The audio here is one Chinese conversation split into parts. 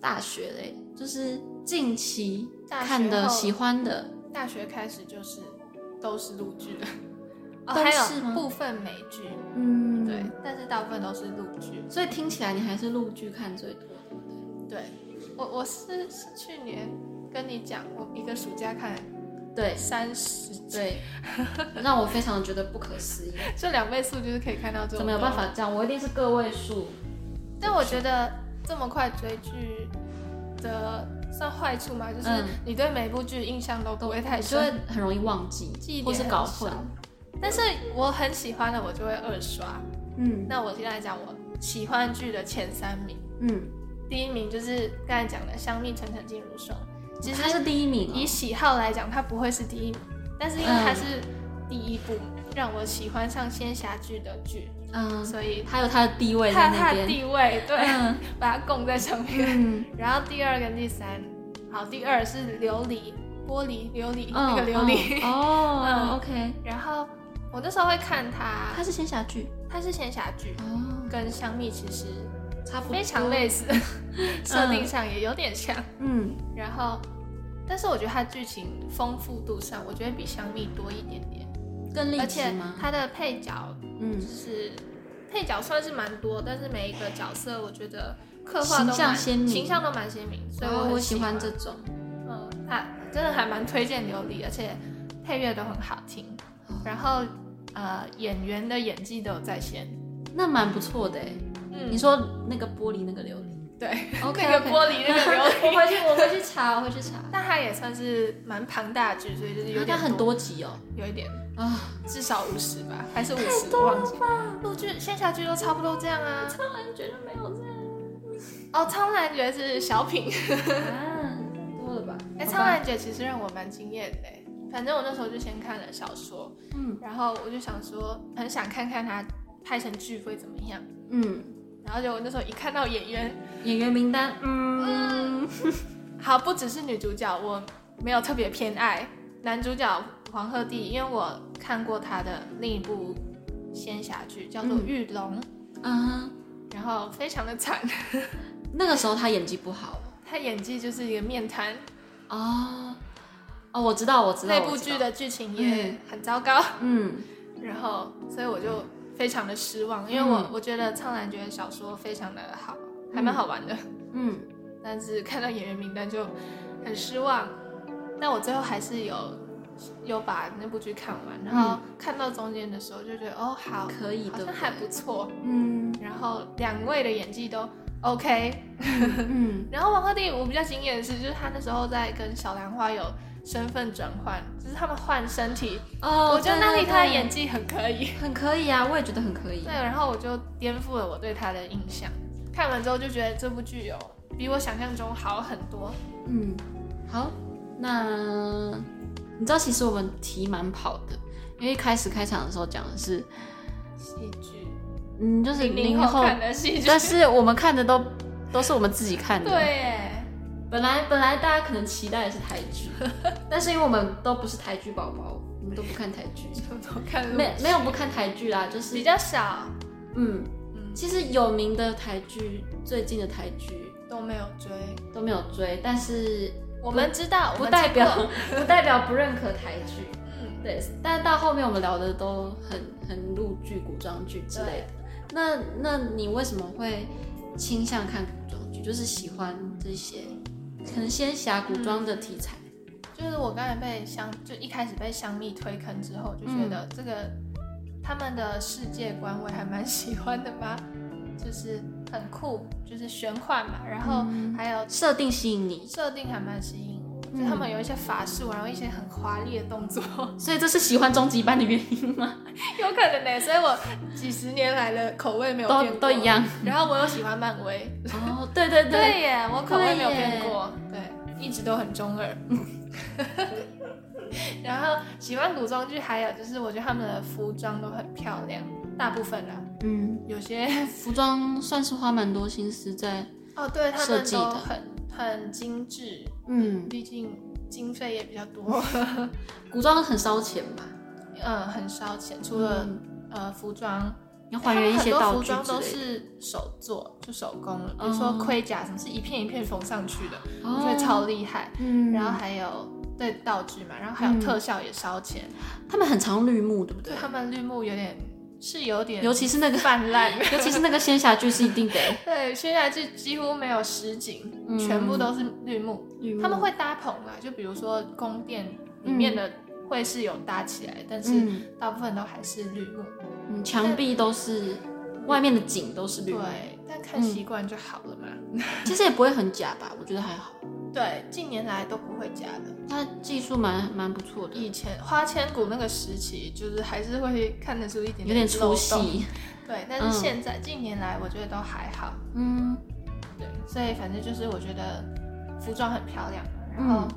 大学嘞，就是近期大学看的、后喜欢的，大学开始就是都是录剧的， 哦，都还是有吗部分美剧，嗯对，但是大部分都是录剧。所以听起来你还是陆剧看最多。对，我我是是去年跟你讲，我一个暑假看对三十集，对， 让我非常觉得不可思 议，这两倍速就是可以看到这怎么么有多办？法这样？我一定是个位数。但我觉得这么快追剧的算坏处嘛，就是嗯你对每部剧印象都不会太就会深，很容易忘记，记忆或点是很搞少混。但是我很喜欢的，我就会二刷。嗯那我现在讲我喜欢剧的前三名，嗯，第一名就是刚才讲的《香蜜沉沉烬如霜》，其实他是第一名、以哦，喜好来讲，它不会是第一名，但是因为嗯它是第一部让我喜欢上仙侠剧的剧，嗯，所以他有他的地位在它那它的边。地位对，嗯把它供在上面。嗯然后第二跟第三，好，第二是琉璃玻璃琉璃、嗯，那个琉璃，嗯哦、嗯 o k 然后我那时候会看它，他是仙侠剧它是仙侠剧，哦，跟香蜜其实差不多非常类似，设定上也有点像。嗯然后，但是我觉得它剧情丰富度上，我觉得比香蜜多一点点，更立而体且吗？它的配角就嗯，是配角算是蛮多，但是每一个角色我觉得刻画形都象蛮鲜明形象都蛮鲜明，所以哦我我很喜欢这种。嗯，它真的还蛮推荐琉璃，而且配乐都很好听，哦然后呃演员的演技都有在线，那蛮不错的哎、嗯你说那个玻璃那个琉 璃对， ，OK，, 那个 OK 玻 璃那个琉我璃。回去我回去查，我回去查。但它也算是蛮庞大的剧，所以就是有它点很，多集哦，有一点。 啊，至少五十吧，还是五十？啊我忘记了。陆剧、仙侠剧都差不多这样啊。超人绝对没有这样哦，《苍兰诀》是小品。 啊，多了吧？哎，《好吧苍兰诀》其实让我蛮惊艳的欸。反正我那时候就先看了小说，嗯然后我就想说，很想看看它拍成剧会怎么样。嗯，然后就我那时候一看到演员，演员名单，嗯，好，不只是女主角，我没有特别偏爱男主角黄鹤棣，因为我看过他的另一部仙侠剧叫做《嗯玉龙》，啊，然后非常的惨，那个时候他演技不好他演技就是一个面瘫。哦，哦，我知道，我知道那部我知剧，道的剧情也很糟糕， 嗯然后所以我就非常的失望，因为我、嗯我觉得《苍兰诀》小说非常的好，还蛮好玩的， 嗯，但是看到演员名单就很失望。但我最后还是有有把那部剧看完，然后看到中间的时候就觉得哦好，嗯可以好的像，还不错，嗯然后两位的演技都 OK，嗯，然后王鹤棣，我比较惊艳的是，就是他那时候在跟小兰花有身份转换，就是他们换身体，哦， 我觉得对那里他的。对演技很可以。对很可以啊，我也觉得很可以 对，。然后我就颠覆了我对他的印象。看完之后就觉得这部剧有比我想象中好很多。嗯，好，那嗯你知道其实我们题蛮跑的，因为一开始开场的时候讲的是，戏剧，嗯，就是零零零零后后看的戏剧，但是我们看的都都是我们自己看的。对，耶，本来本来大家可能期待的是台剧， 但是因为我们都不是台剧宝宝，我们都不看台剧，我都看了没没有不看台剧啦，就是比较少，嗯，嗯，其实有名的台剧，最近的台剧都没有追。都没有追，但是我们知道，我不们代表经过不代表不认可台剧，嗯，对，但到后面我们聊的都很很陆剧、古装剧之类的。那那你为什么会倾向看古装剧？就是喜欢这些可能仙侠、古装的题材？就是我刚才被香，就一开始被香蜜推坑之后，就觉得这个、他们的世界观我还蛮喜欢的吧，就是很酷，就是玄幻嘛，然后还有设定吸引你，设定还蛮吸引我，嗯就他们有一些法术，啊然后一些很华丽的动作， 所以这是喜欢终极班的原因吗？有可能呢、所以我几十年来的口味没有变都过，都一。样。然后我又喜欢漫威，哦，对对对，对耶，我口味没有对耶变过，对，一直都很中二。 然后喜欢古装剧，还有就是我觉得他们的服装都很漂亮，大部分啦，嗯，有些服装算是花蛮多心思在，哦，对他设们计都的很很精致，嗯，毕竟经费也比较多， 古装很烧钱吧？嗯，很烧钱，除了、嗯呃服装，要还原一些他们道很多服具装之都类的。是手做，就手工了，比嗯如说盔甲什么，是一片一片缝上去的，我哦觉得超厉害。嗯，然后还有对道具嘛，然后还有嗯特效也烧钱，他们很常绿幕，对不对对？他们绿幕有点是有点，尤其是那个， 泛滥，尤其是那个仙侠剧是一定得 对，现在是几乎没有实景，嗯全部都是绿幕。绿幕。他们会搭棚啦，就比如说宫殿里面的会是有搭起来，但是嗯大部分都还是绿幕。嗯，墙壁都是外面的景都是绿幕，对，但看习惯就好了嘛。其实也不会很假吧？我觉得还好，对，近年来都不会加的。它技术蛮蛮不错的，以前花千骨那个时期，就是还是会看得出一点有点漏出洞。戏。对，但是现在、近年来我觉得都还好。嗯对，所以反正就是我觉得服装很漂亮，然嗯后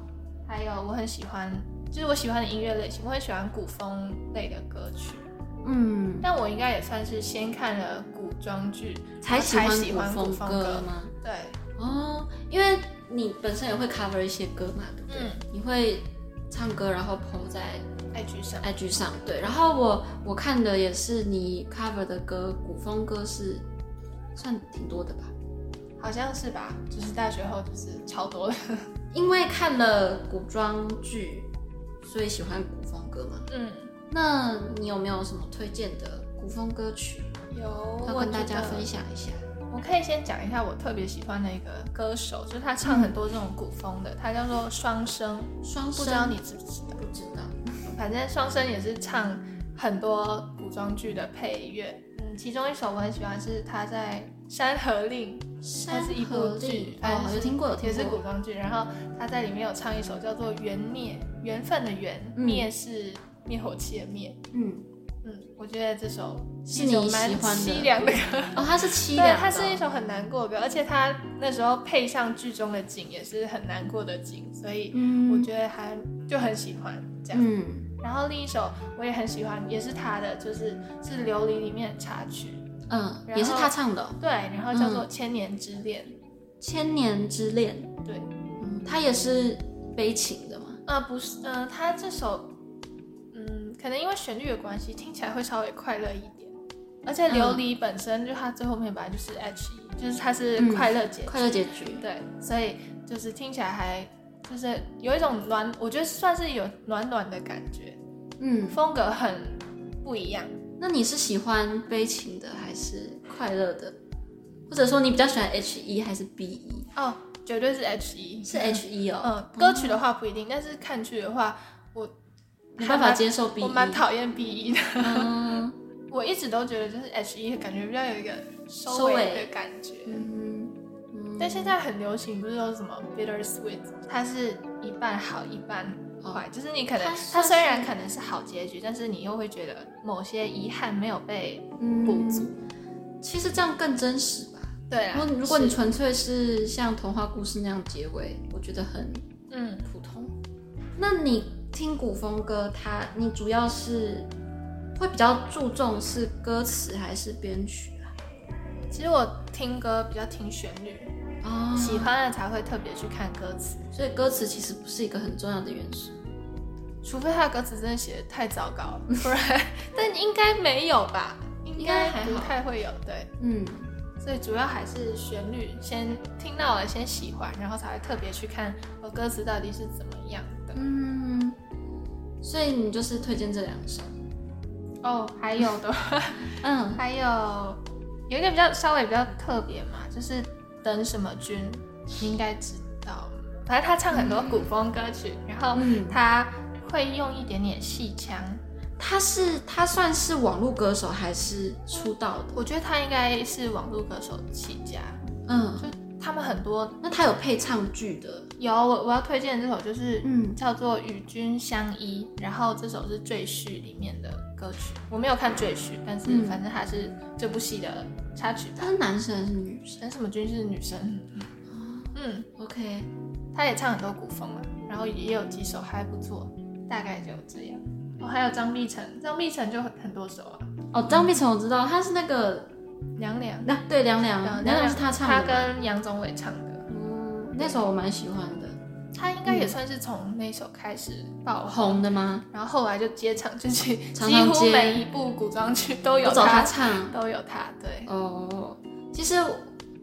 还有我很喜欢，就是我喜欢的音乐类型，我很喜欢古风类的歌曲。嗯，但我应该也算是先看了古装剧，才喜才欢喜欢古风风歌歌。吗？对，哦，因为你本身也会 cover 一些歌嘛，对不对？嗯你会唱歌，然后 po 在，IG 上 IG 上，对。然后我我看的也是你 cover 的歌，古风歌是算挺多的吧？好像是吧，就是大学后就是超多的。因为看了古装剧，所以喜欢古风歌嘛。嗯，那你有没有什么推荐的古风歌曲有要哦我跟大觉家得分享一下？我可以先讲一下我特别喜欢的一个歌手，就是他唱很多这种古风的，他叫做双生，双不知道生你知不知道？不知道，反正双生也是唱很多古装剧的配乐。嗯，其中一首我很喜欢是他在《山河令》，它山是一部河剧令，反正哦，有听过，有也听是古过。装剧。然后他在里面有唱一首叫做《缘灭》，缘分的缘，嗯灭是灭火器的灭。 嗯，嗯，我觉得这首是一你首喜蛮欢的凄凉的歌。哦，它是凄对凉，的，哦它是一首很难过的歌，而且它那时候配上剧中的景也是很难过的景，所以嗯，我觉得还就很喜欢这样。嗯然后另一首我也很喜欢，也是他的，就是是《琉璃》里面的插曲，嗯，然后也是他唱的哦、对，然后叫做《千年之恋》，千年之恋》。对，嗯，他也是悲情的嘛。呃，不是，呃，他这首，嗯，可能因为旋律的关系，听起来会稍微快乐一点。而且《嗯琉璃》本身就它最后面本来就是 H E，就是它是嗯快乐结局快乐结局。对，所以就是听起来还就是有一种暖，我觉得算是有暖暖的感觉，嗯，风格很不一样。那你是喜欢悲情的还是快乐的？或者说你比较喜欢 H E 还是 B E？哦，绝对是 H E，是 H E 哦，嗯，歌曲的话不一定，但是看剧的话，我没办还法蛮接受 B 我 E。蛮讨厌 B E 的。 嗯我一直都觉得就是 H E 感觉比较有一个收收尾尾的感觉，嗯嗯但现在很流行，不是说什么 bittersweet，它是一半好一半坏，就是你可能哦它它算虽然是可能是好结局，但是你又会觉得某些遗憾没有被补嗯足。其实这样更真实吧。对然啊后，如果你是纯粹是像童话故事那样结尾，我觉得很嗯，普通。那你听古风歌，它你主要是会比较注重是歌词还是编曲啊？其实我听歌比较听旋律，哦喜欢了才会特别去看歌词，所以歌词其实不是一个很重要的元素。除非他的歌词真的写的太糟糕了，不然但应该没有吧，应应该该还不好太会有对。嗯，所以主要还是旋律，先听到了先喜欢，然后才会特别去看我歌词到底是怎么样的。嗯，所以你就是推荐这两首。哦，还有的，嗯， 还有有一个比较稍微比较特别嘛，就是等什么君，你应该知道。反正他唱很多古风歌曲，然后嗯他会用一点点戏腔，他是他算是网络歌手还是出道的？我觉得他应该是网络歌手起家，嗯，就他们很多那他有配唱剧的。有我我要推荐的这首就是嗯叫做《与君相依》，然后这首是《赘婿》里面的歌曲。我没有看《赘婿》，但是嗯反正它是这部戏的插曲吧他。是男生还是女生陈什么君是女生，啊嗯， ？OK，她也唱很多古风嘛，然后也有几首还不错，大概就这样。哦，还有张碧晨，张碧晨就很很多首啊，哦，张碧晨我知道，他是那个凉凉，那对凉凉，然后啊凉凉是他唱的他吗，跟杨宗纬唱的，嗯那首我蛮喜欢的。他应该也算是从那首开始爆红，红的吗？然后后来就接场，就是常几常乎接每一部古装剧都有我找他他，唱都有他。对，哦。其实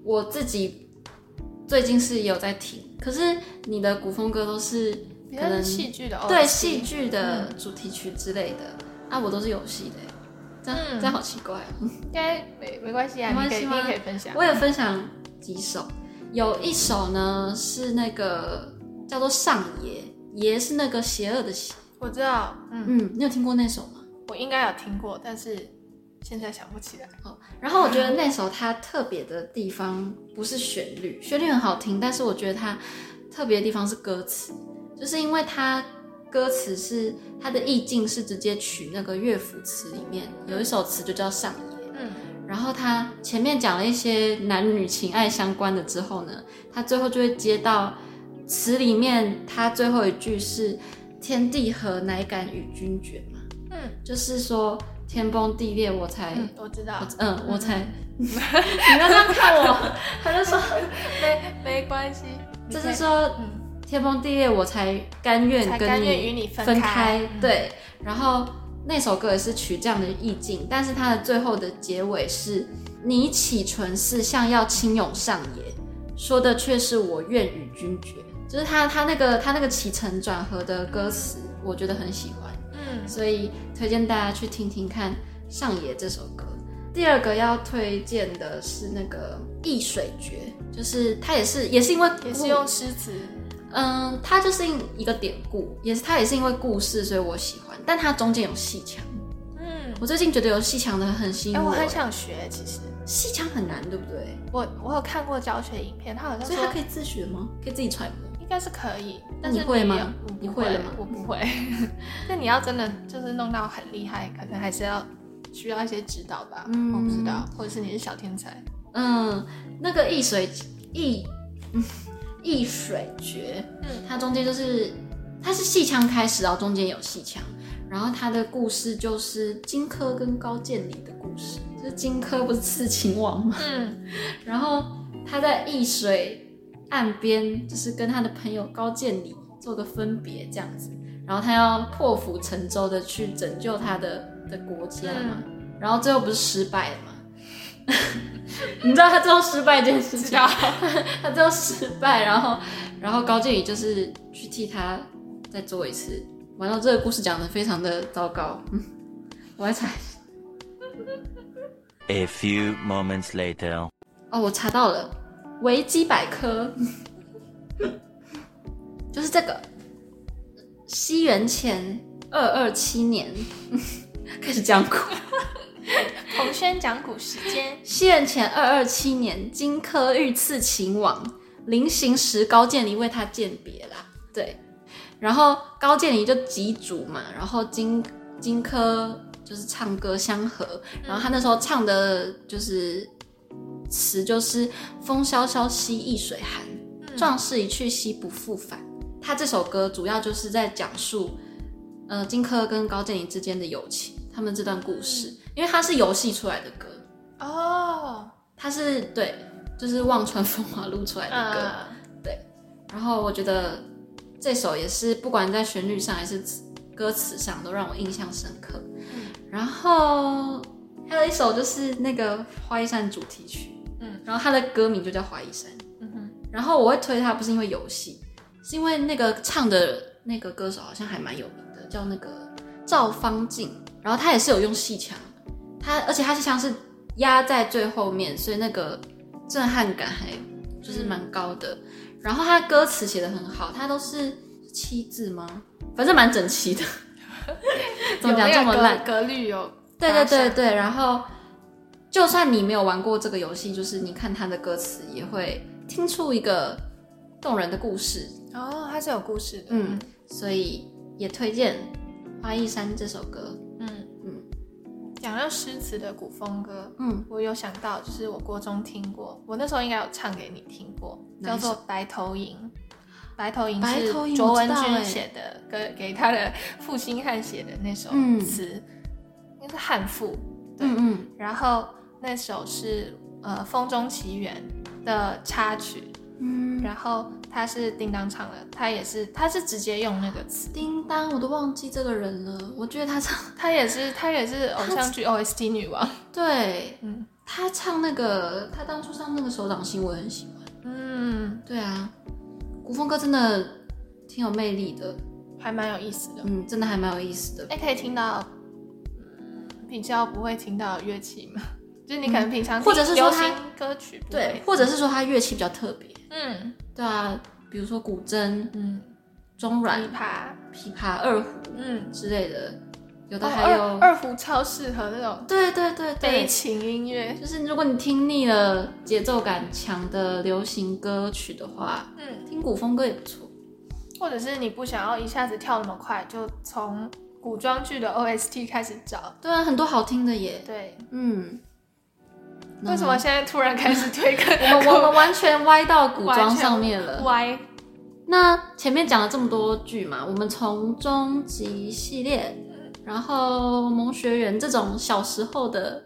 我自己最近是有在听，可是你的古风歌都是比可较能是戏嗯剧的 OST，对戏剧的主题曲之类的啊，我都是有戏的耶，这样、嗯这样好奇怪哦。应该没没关系啊，没关你系可以你吗也可以分享。我也分享几首，有一首呢是那个叫做《上爷》，爷是那个邪恶的邪。我知道，嗯，嗯，你有听过那首吗？我应该有听过，但是现在想不起来。哦，然后我觉得那首它特别的地方不是旋律， 旋律很好听，但是我觉得它特别的地方是歌词，就是因为它歌词是它的意境是直接取那个乐府词里面有一首词就叫《上爷》，嗯，然后他前面讲了一些男女情爱相关的之后呢，他最后就会接到词里面他最后一句是“天地合，乃敢与君绝”嘛，嗯，就是说天崩地裂我才，嗯我知道我，嗯，我才，你不要这样看 我，他就说没没关系，你就可是以，说嗯，天崩地裂我才甘愿才甘跟愿你与你分分开嗯开，，对。然后那首歌也是取这样的意境，但是它的最后的结尾是“你启唇似像要轻拥上也”，说的却是我愿与君绝，就是他他那个他那个起承转合的歌词，我觉得很喜欢，嗯，所以推荐大家去听听看《上野》这首歌。第二个要推荐的是那个《易水诀》，就是它也是也是因为也故是用诗词，嗯，它就是一个典故，也是它也是因为故事，所以我喜欢。但它中间有戏腔，嗯，我最近觉得有戏腔的很吸哎，引我我。很想学，其实戏腔很难，对不对？我我有看过教学影片，他好像所以它可说以自学吗？可以自己揣摩？应该是可以，但你是会吗也我你不会会了吗我不会。 那你要真的就是弄到很厉害，可能还是要需要一些指导吧，嗯我不知道，或者是你是小天才，嗯，那个易水易嗯易水诀，嗯它中间就是它是戏腔开始，然后中间有戏腔，然后它的故事就是荆轲跟高渐离的故事，就是荆轲不是刺秦王吗？嗯，然后他在易水岸边，就是跟他的朋友高渐离做个分别这样子，然后他要破釜沉舟的去拯救他的的国家嘛，嗯然后最后不是失败了吗？ 你知道他最后失败这件事知情道， 他最后失败，然后然后高渐离就是去替他再做一次。完了，这个故事讲的非常的糟糕，嗯，我还查 A few moments later. 哦，我查到了，维基百科，就是这个，西元前二二七年 开始讲古。红轩讲古时间，西元前二二七年，荆轲遇刺秦王，临行时高渐离为他饯别啦。对，然后高渐离就击竹嘛，然后荆荆轲就是唱歌相和，然后他那时候唱的就是词就是“风萧萧兮易水寒，壮士一去兮不复返”。他这首歌主要就是在讲述，呃，荆轲跟高渐离之间的友情，他们这段故事，因为它是游戏出来的歌，哦，它是对，就是忘川风华录出来的歌。呃，然后我觉得这首也是不管在旋律上还是词歌词上，都让我印象深刻。嗯然后还有一首就是那个《花衣山》主题曲，嗯，然后它的歌名就叫《花衣山》。嗯哼，然后我会推它，不是因为游戏，是因为那个唱的那个歌手好像还蛮有名的，叫那个赵方静。然后他也是有用戏腔，他而且他戏腔是压在最后面，所以那个震撼感还就是蛮高的。嗯然后他歌词写的很好，他都是七字吗？反正蛮整齐 的。怎么讲有这那个么烂？格格律有，对对对对，然后就算你没有玩过这个游戏，就是你看它的歌词也会听出一个动人的故事，哦，它是有故事的，嗯，所以也推荐《花衣山》这首歌。嗯嗯嗯，讲到诗词的古风歌，嗯，我有想到，就是我国中听过，我那时候应该有唱给你听过，哪叫一首做《白头吟》。白头吟白是头吟卓我文知道欸君写的，给给他的负心汉写的那首嗯词，应该是汉赋。对嗯嗯然后那首是呃《风中奇缘》的插曲，嗯，然后他是叮当唱的，他也是他是直接用那个词，叮当，我都忘记这个人了。我觉得他唱，他也是他也是偶像剧 OST 女王，对嗯他唱那个，他当初唱那个手掌心，我很喜欢。嗯，对啊，古风歌真的挺有魅力的，还蛮有意思的。嗯，真的还蛮有意思的。哎，可以听到，嗯，比较不会听到乐器吗？ 就是你可能平常嗯或者是听说流他行歌曲不对会，，或者是说他乐器比较特别，嗯对啊，比如说古筝、嗯，中阮琵、琶，琵琶、二胡嗯，之类的，有的哦还有，二二胡超适合那种对对对悲对，情音乐，就是如果你听腻了节奏感强的流行歌曲的话，嗯，听古风歌也不错。或者是你不想要一下子跳那么快，就从古装剧的 OST 开始找。对啊，很多好听的耶，对，嗯。为什么现在突然开始推歌？我们我们完全歪到古装上面了？ 歪，那前面讲了这么多剧嘛，我们从终极系列，然后萌学园这种小时候的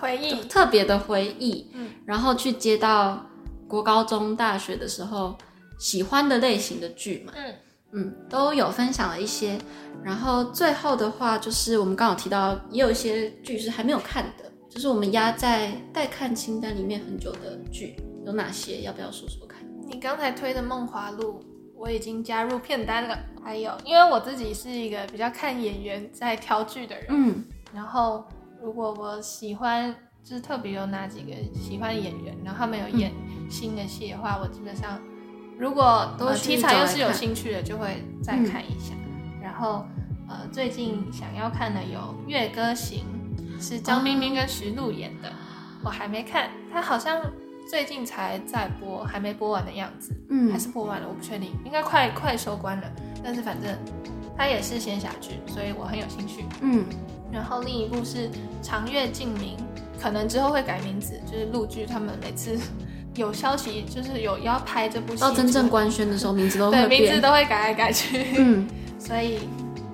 回忆，特别的回忆，嗯然后去接到国高中、大学的时候喜欢的类型的剧嘛，嗯嗯，都有分享了一些。然后最后的话，就是我们刚好提到，也有一些剧是还没有看的，就是我们压在待看清单里面很久的剧有哪些？要不要说说看？你刚才推的《梦华录》，我已经加入片单了。还有，因为我自己是一个比较看演员在挑剧的人，嗯然后如果我喜欢，就是特别有哪几个喜欢的演员，然后他们有演嗯新的戏的话，我基本上如果都呃去题材又找是来有看兴趣的，就会再嗯看一下。然后呃，最近想要看的有《月歌行》，是张彬哦彬跟徐璐演的，我还没看，他好像最近才在播，还没播完的样子。还嗯是播完了，我不确定，应该快快收官了。但是反正它也是仙侠剧，所以我很有兴趣。嗯然后另一部是《长月烬明》，可能之后会改名字，就是陆剧他们每次有消息就是有要拍这部戏，哦到真正官宣的时候，名字都对会名字变。都会改来改去。嗯， 所以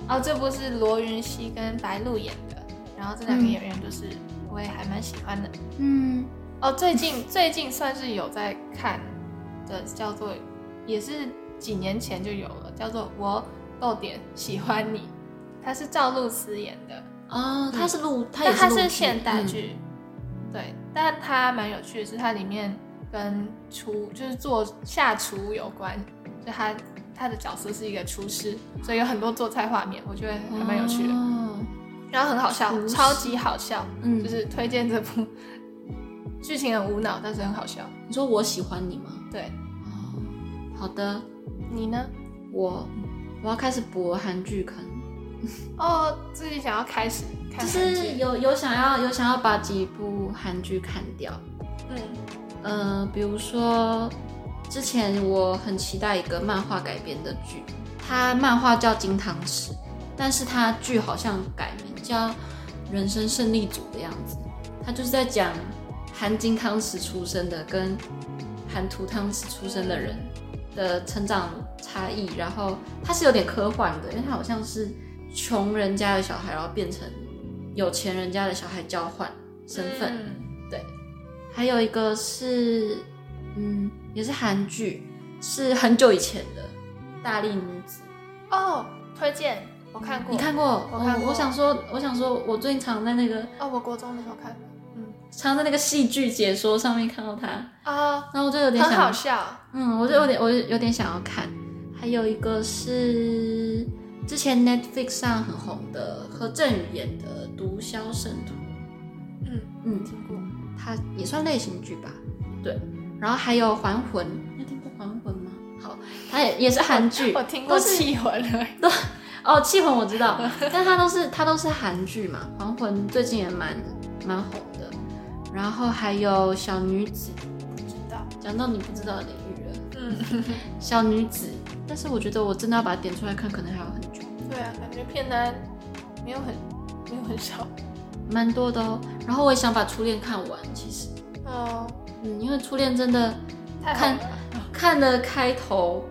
哦，这部是罗云熙跟白鹿演的，然后这两个嗯演员就是我也还蛮喜欢的。嗯哦，最近最近算是有在看的，叫做也是几年前就有了，叫做《我逗点喜欢你》，它是赵露思演的，哦，他是嗯录，他也但它录嗯是剧现代，剧，对，但它蛮有趣的是，它里面跟厨就是做下厨有关，就它它的角色是一个厨师，所以有很多做菜画面，我觉得嗯还蛮有趣的，哦然后很好笑厨，师超级好笑，嗯，就是推荐这部，剧情很无脑，但是很好笑。你说我喜欢你吗？对哦，好的，你呢？我我要开始博韩剧坑，哦，自己想要开始看就韩剧，是有有想要有想要把几部韩剧看掉，嗯嗯、比如说之前我很期待一个漫画改编的剧，它漫画叫《金汤匙》，但是它剧好像改名叫《人生胜利组》的样子。它就是在讲含金汤匙出生的跟含土汤匙出生的人的成长差异，然后它是有点科幻的，因为它好像是穷人家的小孩，然后变成有钱人家的小孩交换身份。嗯还有一个是，嗯，也是韩剧，是很久以前的《大力女子哦，推荐我看》，过，你看过？哦我看过我想说，我想说，我最近常在那个哦，我国中的时候看过，嗯常在那个戏剧解说上面看到它，啊、然后我就有点很好想，笑，嗯，我就有点，我就有点想要看。还有一个是之前 Netflix 上很红的何振宇演的《毒枭圣徒》，嗯，嗯，听过，，它也算类型剧吧，对。然后还有《还魂》，你有听过《还魂》吗？好，它也也是韩剧 我听过都是气魂了，哦，《气魂》我知道， 但它都是它都是韩剧嘛，《还魂》最近也蛮蛮红的。然后还有《小女子不知道，》，讲到你不知道的领域了，嗯， 《小女子》，但是我觉得我真的要把它点出来看，可能还要很久，对啊，感觉片单没有很没有很少，蛮多的哦。然后我也想把《初恋》看完，其实，哦，嗯，因为《初恋》真的太好看了，看了开头，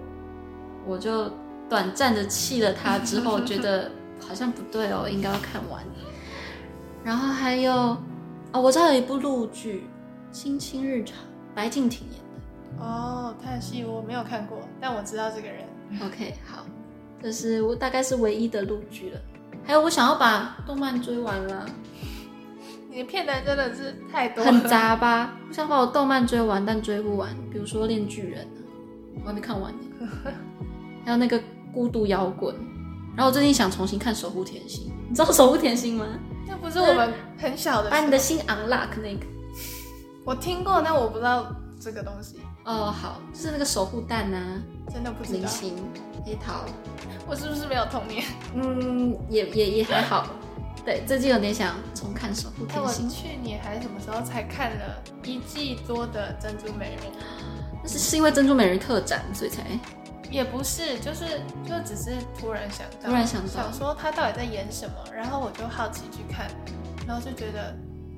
我就短暂的弃了它，之后觉得好像不对哦，应该要看完。然后还有哦，我知道有一部陆剧《青青日常》，白敬亭演的，哦，叹息我没有看过，但我知道这个人。 OK，好，这是我大概是唯一的录剧了。还有，我想要把动漫追完啦，你的片段真的是太多了，很杂吧？我想把我动漫追完，但追不完。比如说《恋巨人》啊，我还没看完呢。还有那个《孤独摇滚》，然后我最近想重新看《守护甜心》，你知道《守护甜心》 吗？那不是我们很小的时把候你的心 unlock 那个。我听过，但我不知道这个东西，哦，好，就是那个守护蛋啊，真的不知明道。星黑桃，我是不是没有童年？嗯，也也也还好。对，最近有点想重看《守护哎，甜我心》，去年还是什么时候才看了一季多的《珍珠美人但是是因为珍珠美人特展，所以才鱼》？也不是，就是就只是突然想到，突然想到想。说他到底在演什么，然后我就好奇去看，然后就觉得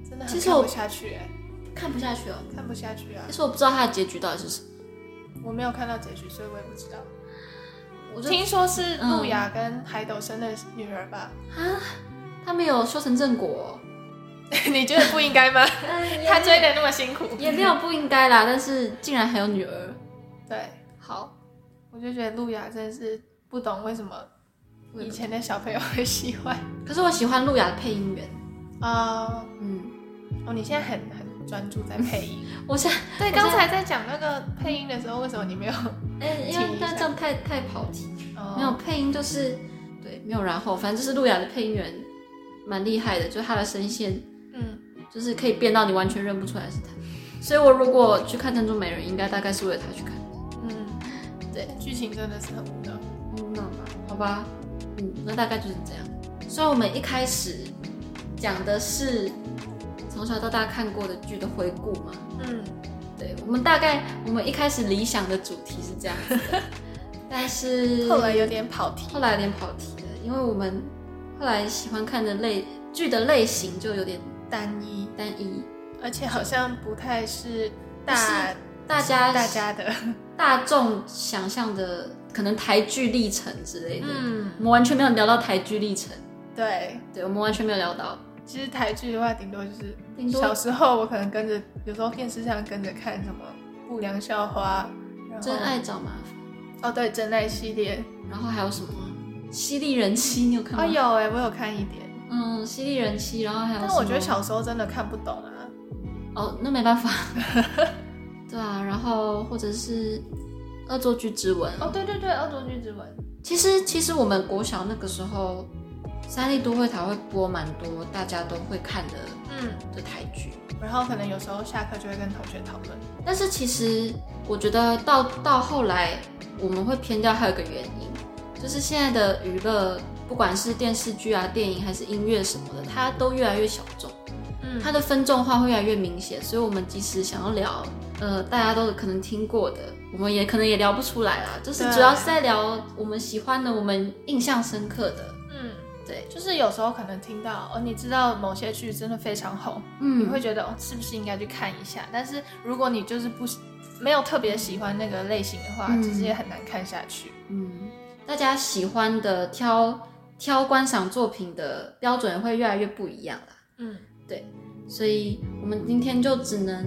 真的其很实看我不下去、哎，看不下去哦。看不下去啊其！实我不知道它的结局到底是什么，我没有看到结局，所以我也不知道。我就听说是嗯路亚跟海斗生的女儿吧？ 啊，他没有修成正果、哦你觉得不 应该吗？嗯他追的那么辛苦，也没有不应该啦，但是竟然还有女儿，对，好，我就觉得路亚真的是不懂为什么我也以不前的小朋友会喜欢可是我喜欢路亚的配音员，啊、嗯，哦，你现在很很专注在 配音。我现在对，我现在刚才在讲那个配音的时候，为什么你没有？哎、因提为一下但这样太太跑题，哦没有配音就是对，没有然后，反正就是路亚的配音员蛮厉害的，就他的声线嗯，就是可以变到你完全认不出来是他，所以我如果去看珍珠美人，应该大概是为了他去看，嗯，对，剧情真的是很无聊。嗯，那吧，好吧，嗯，那大概就是这样。虽然我们一开始讲的是从小到大看过的剧的回顾嘛，嗯，对，我们大概我们一开始理想的主题是这样子的，但是 后来有点跑题。后来有点跑题了，因为我们后来喜欢看的类剧的类型就有点单一，单一，而且好像不太是大大家大家的。大众想象的可能台剧历程之类的，嗯我，们完全没有聊到台剧历程， 对。对我们完全没有聊到。其实台剧的话，顶多就是顶多小时候我可能跟着，有时候电视上跟着看什么《不良校花》，然后真爱找麻烦，哦对，真爱系列然后还有什么《犀利人妻》，你有看吗？哦有哎、我有看一点，嗯，《犀利人妻》，然后还有什么。但我觉得小时候真的看不懂啊。哦，那没办法。 对啊，然后或者是《恶作剧之吻》哦对对对，《恶作剧之吻》其实其实我们国小那个时候，三立都会台会播蛮多大家都会看的嗯，的台剧，然后可能有时候下课就会跟同学讨论，但是其实我觉得到到后来我们会偏掉，还有一个原因，就是现在的娱乐，不管是电视剧啊、电影还是音乐什么的，它都越来越小众。嗯它的分众化会越来越明显，所以我们即使想要聊，呃，大家都可能听过的，我们也可能也聊不出来啦。就是对主要是在聊我们喜欢的、我们印象深刻的。嗯，对，就是有时候可能听到哦，你知道某些剧真的非常红，你嗯会觉得哦，是不是应该去看一下？但是如果你就是不喜没有特别喜欢那个类型的话，嗯其实也很难看下去。嗯，大家喜欢的挑挑观赏作品的标准会越来越不一样啦。嗯，所以我们今天就只能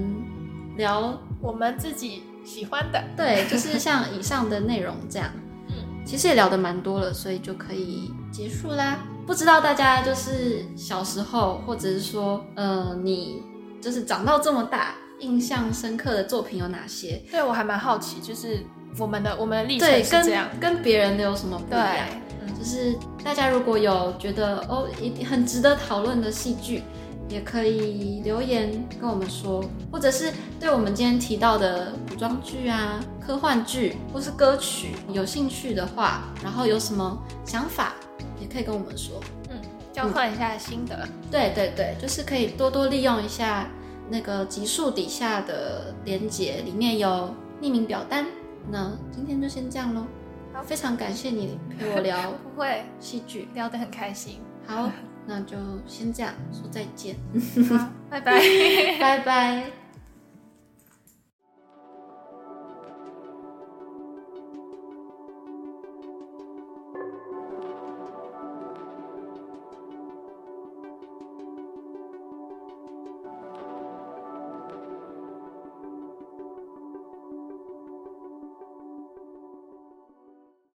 聊，我们自己喜欢的，对，就是像以上的内容这样。嗯，其实也聊得蛮多了，所以就可以结束啦。不知道大家就是小时候，或者是说，呃，你就是长到这么大，印象深刻的作品有哪些？对我还蛮好奇，就是我们的我们的历程对，是跟这样，跟别人的有什么不一对样？，嗯，就是大家如果有觉得哦，一定很值得讨论的戏剧，也可以留言跟我们说，或者是对我们今天提到的古装剧啊、科幻剧或是歌曲有兴趣的话，然后有什么想法，也可以跟我们说。交换一下心得。对对对，就是可以多多利用一下那个集数底下的连结，里面有匿名表单。那今天就先这样喽，好非常感谢你陪我聊不会戏剧。聊得很 开心。好，那就先这样说再见，好，拜拜。拜拜。